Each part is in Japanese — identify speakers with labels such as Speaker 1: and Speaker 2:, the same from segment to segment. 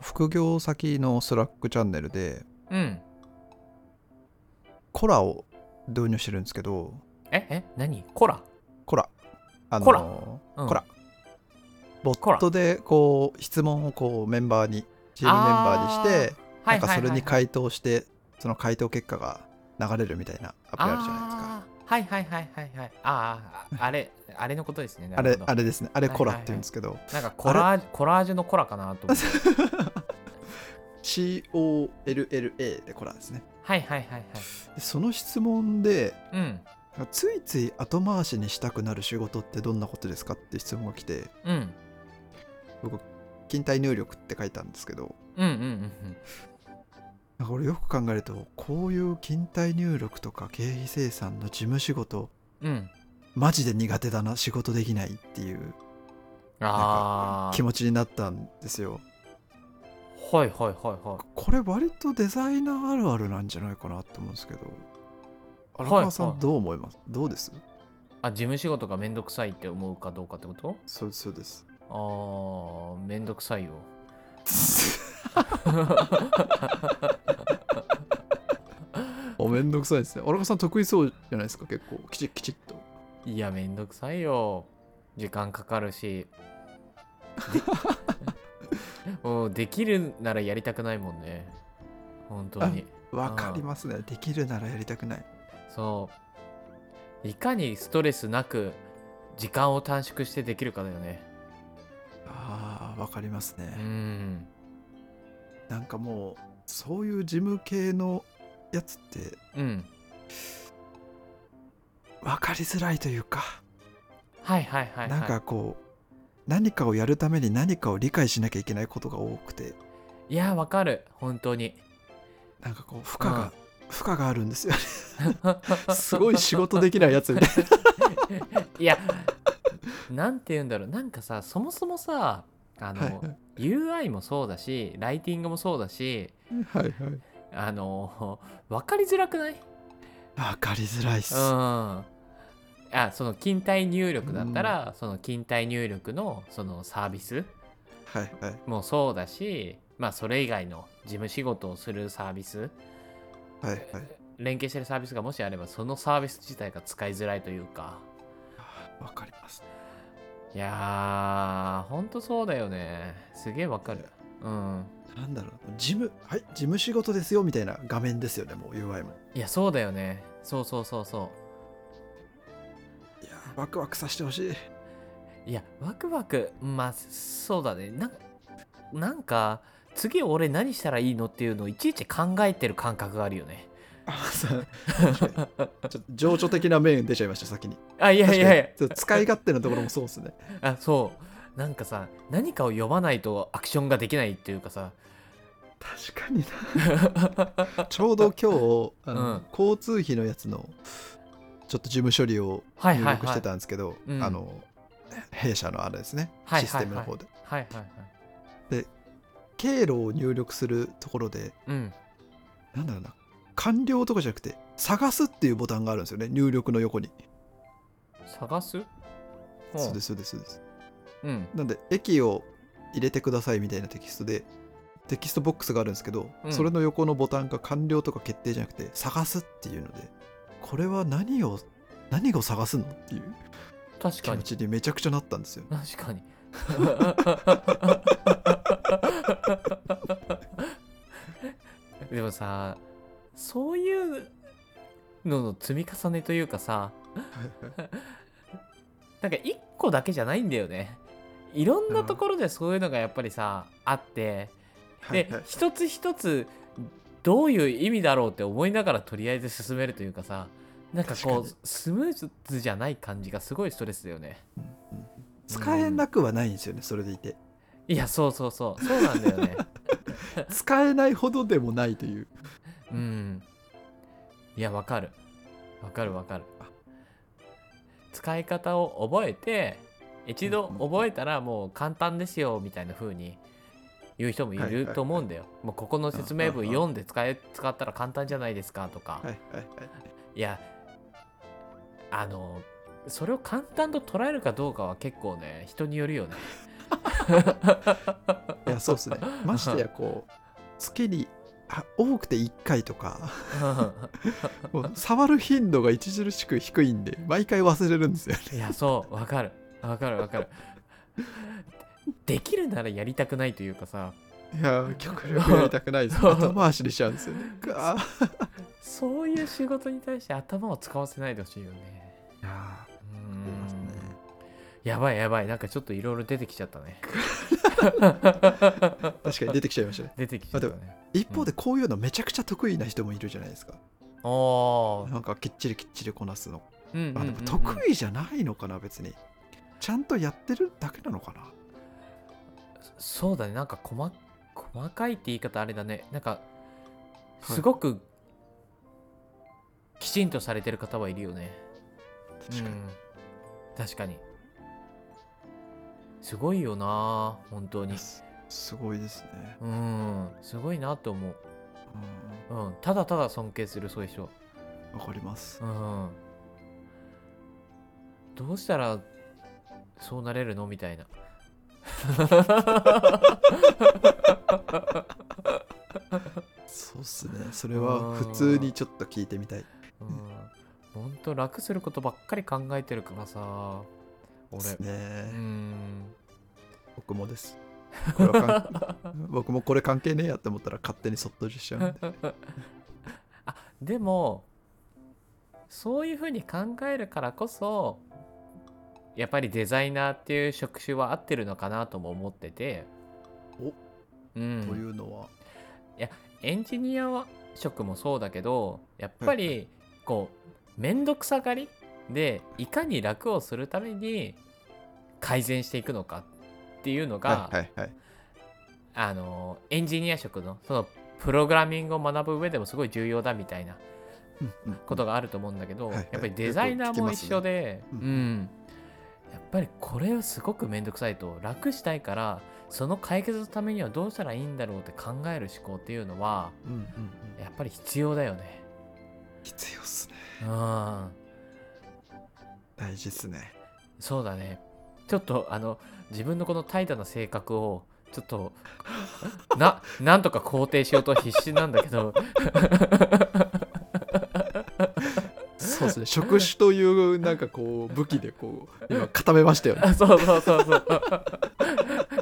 Speaker 1: 副業先のスラックチャンネルで
Speaker 2: うん。
Speaker 1: コラを導入してるんですけど
Speaker 2: ええ何コラ、
Speaker 1: コラあの
Speaker 2: コラ
Speaker 1: コラボ
Speaker 2: コ
Speaker 1: ッ
Speaker 2: ラ
Speaker 1: トでこう質問をこうメンバーにチームメンバーにしてなんかそれに
Speaker 2: え
Speaker 1: 回答してその回答結果が流れるみたいなアプリあるじゃないですか。
Speaker 2: はいはいはいはいはい。あーあ、あれ、あれのことですね。
Speaker 1: あれあ
Speaker 2: れ。
Speaker 1: れですねあれ
Speaker 2: はい
Speaker 1: コ
Speaker 2: はいは
Speaker 1: ラ
Speaker 2: い
Speaker 1: って言うんですけど、
Speaker 2: なんかコラージュ、コラージュのコラかな と思って。
Speaker 1: COLLA でコラですね
Speaker 2: はいはいはいはい。
Speaker 1: でその質問で
Speaker 2: うん。
Speaker 1: ついつい後回しにしたくなる仕事ってどんなことですかって質問が来て
Speaker 2: うん。
Speaker 1: 僕勤怠入力って書いたんですけど
Speaker 2: うんうんうんうん。
Speaker 1: なんか俺よく考えるとこういう勤怠入力とか経費生産の事務仕事
Speaker 2: うん。
Speaker 1: マジで苦手だな仕事できないっていう
Speaker 2: あ
Speaker 1: 気
Speaker 2: あ。
Speaker 1: 持ちになったんですよ
Speaker 2: はいはいはいはい。
Speaker 1: これ割とデザイナーあるあるなんじゃないかなって思うんですけど荒
Speaker 2: は
Speaker 1: 川
Speaker 2: い
Speaker 1: さんどう思います、どうです
Speaker 2: あ、事務仕事がめんどくさいって思うかどうかってこと
Speaker 1: そうそうです
Speaker 2: ああ、めんどくさいよ。
Speaker 1: おめんどくさいですね荒川さん得意そうじゃないですか結構きちっきちっと
Speaker 2: いや、めんどくさいよ。時間かかるし。で もうできるならやりたくないもんね。本当に。
Speaker 1: わかりますねできるならやりたくない
Speaker 2: そう。いかにストレスなく時間を短縮してできるかだよね。
Speaker 1: あーわかります
Speaker 2: う
Speaker 1: ね、
Speaker 2: ん。
Speaker 1: なんかもうそういう事務系のやつって
Speaker 2: うん。
Speaker 1: わかりづらいというか、
Speaker 2: はいはいはい、はい。
Speaker 1: なんかこう何かをやるために何かを理解しなきゃいけないことが多くて
Speaker 2: いや、わかる。本当に。
Speaker 1: なんかこう負荷が、
Speaker 2: うん
Speaker 1: 負荷があるん ですよね すごい仕事できないやつみたい
Speaker 2: いや、なんて言うんだろう、なんかさ、そもそもさ、あの、
Speaker 1: なはいはい
Speaker 2: UI もそうだし、ライティングもそうだし、
Speaker 1: はい
Speaker 2: あの、分かりづらくないうん。
Speaker 1: はいわかりづらいっす、
Speaker 2: あ、その、勤怠入力だったら、その、勤怠入力の、その、サービス
Speaker 1: はいはい
Speaker 2: もそうだし、まあ、それ以外の事務仕事をするサービス、
Speaker 1: はいはい
Speaker 2: 連携してるサービスがもしあれば、そのサービス自体が使いづらいというか、
Speaker 1: わかります
Speaker 2: いやー、ほんとそうだよね。すげえわかる。うん。
Speaker 1: なんだろう事務はい事務仕事ですよみたいな画面ですよねもう UI も
Speaker 2: いや、そうだよね。そうそうそうそ。
Speaker 1: いやーワクワクさせてほしいう
Speaker 2: いや、ワクワク、まあ、そうだね。なんなんか、次俺何したらいいのっていうのをいちいち考えてる感覚があるよね。
Speaker 1: あそう確かにちょっと情緒的な面出ちゃいました先に
Speaker 2: あ、いやいやい
Speaker 1: 確
Speaker 2: や
Speaker 1: かにちょっと使い勝手なところもそうですね、
Speaker 2: あそう。なんかさ、何かを読まないとアクションができないっていうかさ。
Speaker 1: 確かになちょうど今日あの、
Speaker 2: うん
Speaker 1: 交通費のやつのちょっと事務処理を
Speaker 2: はいはい
Speaker 1: 入
Speaker 2: はい
Speaker 1: 力してたんですけど、
Speaker 2: うん
Speaker 1: あの弊社のあれですね、
Speaker 2: はいはいはい
Speaker 1: システムの方で
Speaker 2: はいはいはい。
Speaker 1: 経路を入力するところで
Speaker 2: うん。
Speaker 1: なんだろうな完了とかじゃなくて探すっていうボタンがあるんですよね入力の横に、
Speaker 2: 探す。
Speaker 1: そうですすそうですそうです
Speaker 2: うん。
Speaker 1: なんで駅を入れてくださいみたいなテキストでテキストボックスがあるんですけど、
Speaker 2: うん
Speaker 1: それの横のボタンが完了とか決定じゃなくて探すっていうのでこれは何を何を探すのっていう
Speaker 2: 確
Speaker 1: 気
Speaker 2: か
Speaker 1: 持
Speaker 2: に。
Speaker 1: ちにめちゃくちゃなったんですよ
Speaker 2: 確かにでもさそういうのの積み重ねという かさなんか一個だけじゃないんだよねいろんなところでそういうのがやっぱりさあって
Speaker 1: は
Speaker 2: で
Speaker 1: いはい
Speaker 2: 一つ一つどういう意味だろうって思いながらとりあえず進めるというかさなんかこ
Speaker 1: 確か
Speaker 2: うスムーズじゃない感じがすごいストレスだよね
Speaker 1: うんうん使えなくはないんですよねそれでいて
Speaker 2: いやそうそうそうそうなんだよね
Speaker 1: 使えないほどでもないという
Speaker 2: うん。いや、わかる。わかるわかる
Speaker 1: あ。
Speaker 2: 使い方を覚えて、一
Speaker 1: う
Speaker 2: 度
Speaker 1: んうんうん
Speaker 2: 覚えたらもう簡単ですよ、みたいな風に言う人もい
Speaker 1: はいはい
Speaker 2: る
Speaker 1: はい
Speaker 2: と思うんだよ。もうここの説明
Speaker 1: うんうんう
Speaker 2: 文
Speaker 1: ん
Speaker 2: 読んで使え、使ったら簡単じゃないですか、とか
Speaker 1: は。いはいはい
Speaker 2: いや、あの、それを簡単と捉えるかどうかは結構ね、人によるよね。
Speaker 1: いやそうですねましてやこう月にあ多くて1回とかもう触る頻度が著しく低いんで毎回忘れるんですよね
Speaker 2: いやそうわかるわかるわかるできるならやりたくないというかさ
Speaker 1: いやー極力やりたくない です
Speaker 2: そう
Speaker 1: 後回しにしちゃうんですよねガー
Speaker 2: そういう仕事に対して頭を使わせないでほしいよね
Speaker 1: いや
Speaker 2: う
Speaker 1: ー思います
Speaker 2: ん
Speaker 1: ね
Speaker 2: やばいやばいなんかちょっといろいろ出てきちゃっ たね
Speaker 1: 確かに出てきちゃいましたね
Speaker 2: 出てきちゃったね
Speaker 1: 一方でこういうのめちゃくちゃ得意な人もいるじゃないですか、
Speaker 2: おー
Speaker 1: なんかきっちりきっちりこなすの
Speaker 2: うんうんうん
Speaker 1: あ
Speaker 2: うん
Speaker 1: でも得意じゃないのかな別にちゃんとやってるだけなのかな
Speaker 2: そうだねなんか細細かいって言い方あれだねなんか
Speaker 1: はい
Speaker 2: すごくきちんとされてる方はいるよね、
Speaker 1: 確かに、
Speaker 2: うん確かにすごいよな本当に
Speaker 1: すすごいですね、
Speaker 2: うんすごいなと思う、
Speaker 1: う
Speaker 2: うん、ただただ尊敬するそういう人
Speaker 1: ん、わかります
Speaker 2: うんどうしたらそうなれるのみたいな
Speaker 1: そうっすねそれは普通にちょっと聞いてみたい
Speaker 2: うんほんと楽することばっかり考えてるからさ
Speaker 1: で
Speaker 2: 俺
Speaker 1: す
Speaker 2: う
Speaker 1: ね
Speaker 2: ん
Speaker 1: 僕もですこれは関僕もこれ関係ねえやって思ったら勝手にそっとしちゃうんで
Speaker 2: あでもそういうふうに考えるからこそやっぱりデザイナーっていう職種は合ってるのかなとも思ってて
Speaker 1: お
Speaker 2: う
Speaker 1: とい
Speaker 2: ん、
Speaker 1: うのは
Speaker 2: エンジニアは職もそうだけどやっぱりこう面倒くさがりでいかに楽をするために改善していくのかっていうのが、
Speaker 1: はいはいはい
Speaker 2: あのエンジニア職のそのプログラミングを学ぶ上でもすごい重要だみたいな
Speaker 1: うんうん
Speaker 2: ことがあると思うんだけど、
Speaker 1: はいはい
Speaker 2: やっぱりデザイナーも一緒で、
Speaker 1: よく聞きますね
Speaker 2: う
Speaker 1: うん
Speaker 2: んやっぱりこれはすごく面倒くさいと楽したいからその解決のためにはどうしたらいいんだろうって考える思考っていうのは
Speaker 1: うんうんうん
Speaker 2: やっぱり必要だよね。
Speaker 1: 必要っすね
Speaker 2: うん
Speaker 1: 大事っすね
Speaker 2: そうだねちょっとあの自分のこの怠惰な性格をちょっと ななんとか肯定しようと必死なんだけ ど
Speaker 1: そうですね職種というなんかこう武器でこ う今固めましたよね
Speaker 2: あそうそうそうそう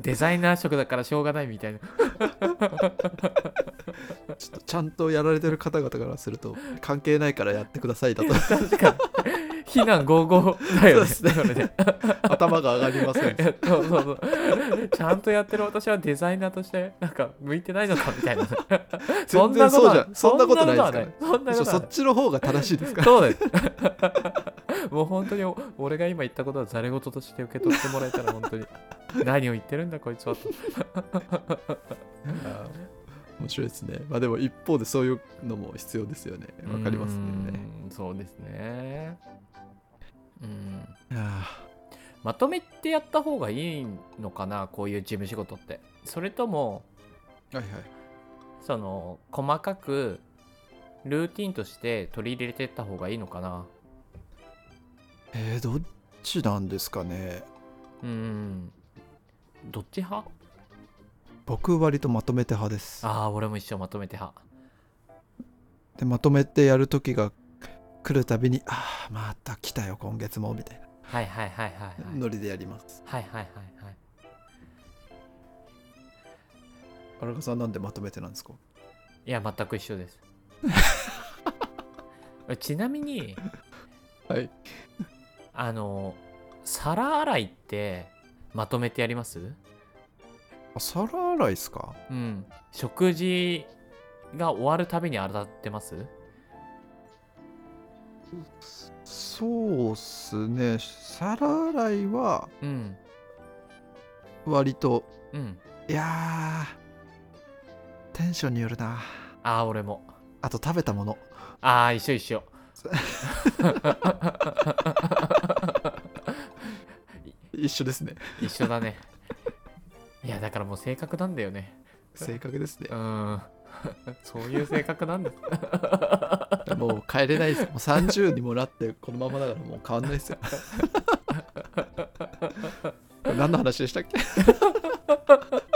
Speaker 2: デザイナー職だからしょうがないみたいな
Speaker 1: ちょっとちゃんとやられてる方々からすると関係ないからやってくださいだと
Speaker 2: 確かに非難合々だ
Speaker 1: そう
Speaker 2: よね
Speaker 1: ですね
Speaker 2: それで
Speaker 1: 頭が上がりません
Speaker 2: そうそうそうちゃんとやってる私はデザイナーとしてなんか向いてないのかみたいなそ ん
Speaker 1: 全
Speaker 2: な
Speaker 1: 然
Speaker 2: こ
Speaker 1: そう
Speaker 2: と
Speaker 1: じゃ
Speaker 2: は
Speaker 1: んそんなことないですから
Speaker 2: そん
Speaker 1: む
Speaker 2: な
Speaker 1: しろそ
Speaker 2: ことはな
Speaker 1: っ
Speaker 2: い
Speaker 1: ちの方が正しいですから
Speaker 2: そうです もう本当にお俺が今言ったことはざれ事として受け取ってもらえたら本 当に何を言ってるんだこいつはと
Speaker 1: あー面白いですねまあでも一方でそういうのも必要ですよねわかりますね
Speaker 2: うんそうですねうん
Speaker 1: あ
Speaker 2: まとめってやった方がいいのかなこういう事務仕事ってそれとも
Speaker 1: ーはいはい
Speaker 2: その細かくルーティンとして取り入れてった方がいいのかな
Speaker 1: えー、どっちなんですかね
Speaker 2: うんどっち派
Speaker 1: 僕割とまとめて派です
Speaker 2: ああ俺も一生まとめて派
Speaker 1: でまとめてやる時が来るたびにああまた来たよ今月もみたい
Speaker 2: はいはいはいはいはい
Speaker 1: なノリでやります
Speaker 2: はいはいはいはい
Speaker 1: 荒川さんなんでまとめてなんですか
Speaker 2: いや全く一緒です ちなみに
Speaker 1: はい
Speaker 2: あの皿洗いってまとめてやります
Speaker 1: あ皿洗いっすか
Speaker 2: うん食事が終わるたびに洗ってます
Speaker 1: そうっすね皿洗いは
Speaker 2: うん
Speaker 1: 割と
Speaker 2: うん
Speaker 1: いやーテンションによるな
Speaker 2: ああ俺も
Speaker 1: あと食べたもの
Speaker 2: ああ一緒一緒
Speaker 1: 一緒ですね
Speaker 2: 一緒だねいやだからもう性格なんだよね
Speaker 1: 正確ですね
Speaker 2: うんそういう性格なんです
Speaker 1: もう帰れないですもう30にもなってこのままだからも う変わんないですよ何の話でしたっけ